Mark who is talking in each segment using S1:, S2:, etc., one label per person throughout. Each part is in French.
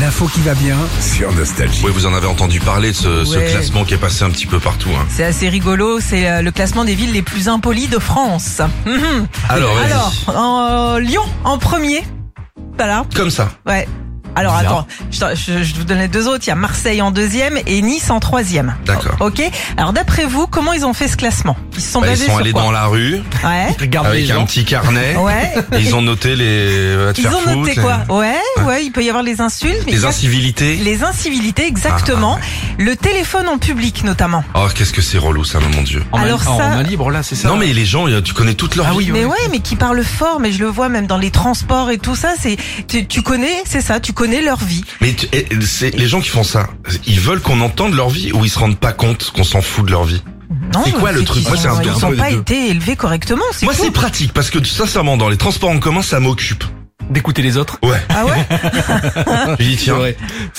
S1: L'info qui va bien.
S2: sur Nostalgie.
S3: Oui, vous en avez entendu parler de ce, ce
S4: Ouais.
S3: classement qui est passé un petit peu partout. hein.
S4: C'est assez rigolo, c'est euh, le classement des villes les plus impolies de France. Mhm.
S3: Alors, vas-y.
S4: Alors, en, euh, Lyon en premier. Voilà,
S3: comme ça.
S4: ouais. Alors
S3: Bizarre.
S4: attends, je, t'en- je- je vous donne les deux autres. Il y a Marseille en deuxième et Nice en troisième.
S3: D'accord.
S4: Ok. Alors d'après vous, comment ils ont fait ce classement Ils se sont
S3: Bah, ils
S4: basés
S3: sont
S4: sur
S3: allés
S4: quoi
S3: dans la rue
S4: Ouais.
S1: Regarde
S3: avec un petit carnet.
S4: Ouais.
S3: et ils ont noté les. va te
S4: Ils
S3: faire
S4: ont noté
S3: foutre,
S4: quoi Ouais, ouais. Il peut y avoir les insultes, mais
S3: Les
S4: il y a-
S3: incivilités. Ah,
S4: les incivilités exactement. Le téléphone en public notamment.
S3: Oh, qu'est-ce que c'est relou ça, mon dieu.
S1: En,
S4: Alors
S1: en- en
S4: ça-
S1: main libre, là, c'est ça
S3: Non, mais les gens, euh, tu connais toute leur
S1: Ah
S3: vie.
S1: oui,
S4: Mais ouais, mais qui parlent fort, mais je le vois même dans les transports et tout ça, c'est tu, tu connais, c'est ça, tu connais leur vie.
S3: Mais tu- et- c'est les gens qui font ça. Ils veulent qu'on entende leur vie ou ils se rendent pas compte qu'on s'en fout de leur vie.
S4: Non,
S3: C'est quoi le
S4: qu'ils
S3: truc Moi,
S4: ont-
S3: c'est un peu
S4: Ils
S3: un peu
S4: n'ont pas
S3: les deux.
S4: été élevés correctement, c'est
S3: Moi,
S4: tout.
S3: c'est pratique parce que sincèrement, dans les transports en commun, ça m'occupe.
S1: D'écouter les autres.
S3: Ouais.
S4: Ah ouais
S3: Je dis tiens.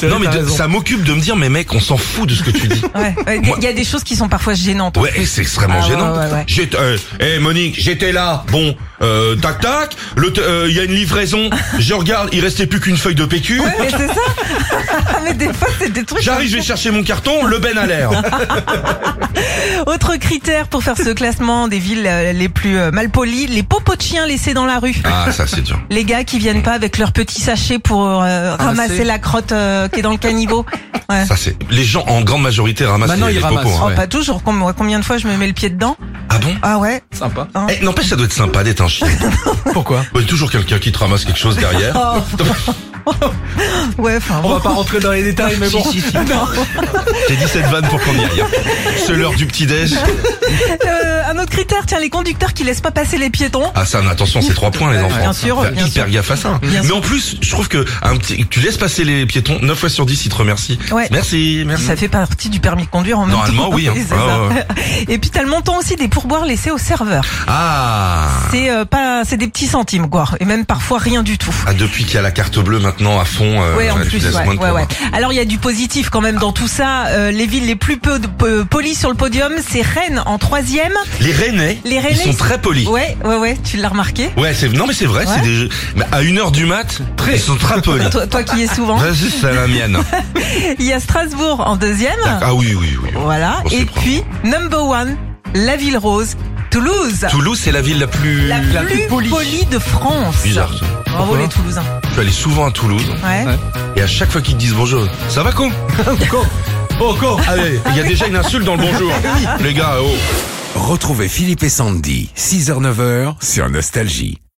S3: Non, mais de- ça m'occupe de me dire, mais mec, on s'en fout de ce que tu dis.
S4: Ouais. ouais, Il y a des choses qui sont parfois gênantes.
S3: Ouais, et c'est extrêmement
S4: Ah, ouais,
S3: gênant.
S4: ouais, ouais, ouais.
S3: J'étais, euh, eh, Monique, j'étais là. Bon, euh, tac tac. Le, t- euh, il y a une livraison. Je regarde, il restait plus qu'une feuille de PQ.
S4: Mais c'est ça Mais des fois, c'est des trucs.
S3: J'arrive, je vais chercher mon carton. Le Ben à l'air.
S4: Autre critère pour faire ce classement des villes euh, les plus euh, malpolies, les popots de chiens laissés dans la rue.
S3: Ah, ça c'est dur.
S4: Les gars qui viennent pas avec leur petit sachet pour euh, ramasser la crotte euh, qui est dans le caniveau. Ouais.
S3: Ça c'est. Les gens en grande majorité ramassent
S1: Maintenant,
S3: les,
S1: ils
S3: les popos.
S1: ramassent,
S3: hein.
S4: Oh,
S1: Ouais.
S4: pas toujours. Com- moi, Combien de fois je me mets le pied dedans
S3: Ah bon
S4: Ah ouais.
S1: Sympa.
S3: Eh, n'empêche, ça doit être sympa d'être un chien.
S1: Pourquoi
S3: Il y a toujours quelqu'un qui te ramasse quelque chose derrière.
S4: Oh. ouais, enfin.
S1: On va pas rentrer dans les détails, mais bon.
S3: si, si. J'ai dit cette vanne pour qu'on y aille. hein. C'est l'heure du petit déj.
S4: Euh, un autre critère, tiens, les conducteurs qui laissent pas passer les piétons.
S3: Ah ça, mais attention, c'est trois points les enfants.
S4: bien sûr,
S3: Faire
S4: bien
S3: hyper
S4: sûr.
S3: gaffe à ça. hein.
S4: Bien
S3: mais
S4: sûr.
S3: en plus, je trouve que un petit, tu laisses passer les piétons 9 fois sur 10 ils te remercient.
S4: Ouais.
S3: Merci, merci.
S4: Ça fait partie du permis de conduire en même
S3: Normalement,
S4: temps.
S3: oui, hein.
S4: c'est
S3: Ouais,
S4: ça.
S3: ouais,
S4: Et puis t'as le montant aussi des pourboires laissés aux serveurs.
S3: Ah.
S4: C'est euh, pas, c'est des petits centimes quoi, et même parfois rien du tout.
S3: Ah, depuis qu'il y a la carte bleue maintenant à fond, euh,
S4: Ouais, en
S3: tu
S4: plus,
S3: laisses
S4: ouais,
S3: moins de
S4: ouais,
S3: points.
S4: ouais. Alors il y a du positif quand même dans tout ça. Euh, les villes les plus peu, peu- polies sur le podium, c'est Rennes en troisième.
S3: Les Rennais,
S4: Les Rennais,
S3: ils sont
S4: ils-
S3: très polis.
S4: Ouais, ouais, ouais. Tu l'as remarqué.
S3: Ouais, c'est non mais c'est vrai,
S4: Ouais.
S3: c'est des jeux- mais à une heure du mat, ils sont très polis.
S4: Toi, toi qui y es souvent.
S3: Vas-y, c'est la mienne.
S4: Il y a Strasbourg en deuxième.
S3: Ah oui, oui, oui.
S4: Voilà.
S3: On s'y
S4: Et
S3: prend.
S4: puis, number one, la ville rose, Toulouse.
S3: Toulouse, c'est la ville la plus
S4: la plus, polie. de France.
S3: bizarre. ça.
S4: Bravo
S1: Pourquoi
S4: les Toulousains.
S3: Je suis allé souvent à Toulouse
S4: Ouais.
S1: Ouais.
S3: et à chaque fois qu'ils te disent bonjour, ça va con
S1: Go.
S3: Oh con Allez, il y a déjà une insulte dans le bonjour. Les gars, oh.
S2: Retrouvez Philippe et Sandy, 6h-9h sur Nostalgie.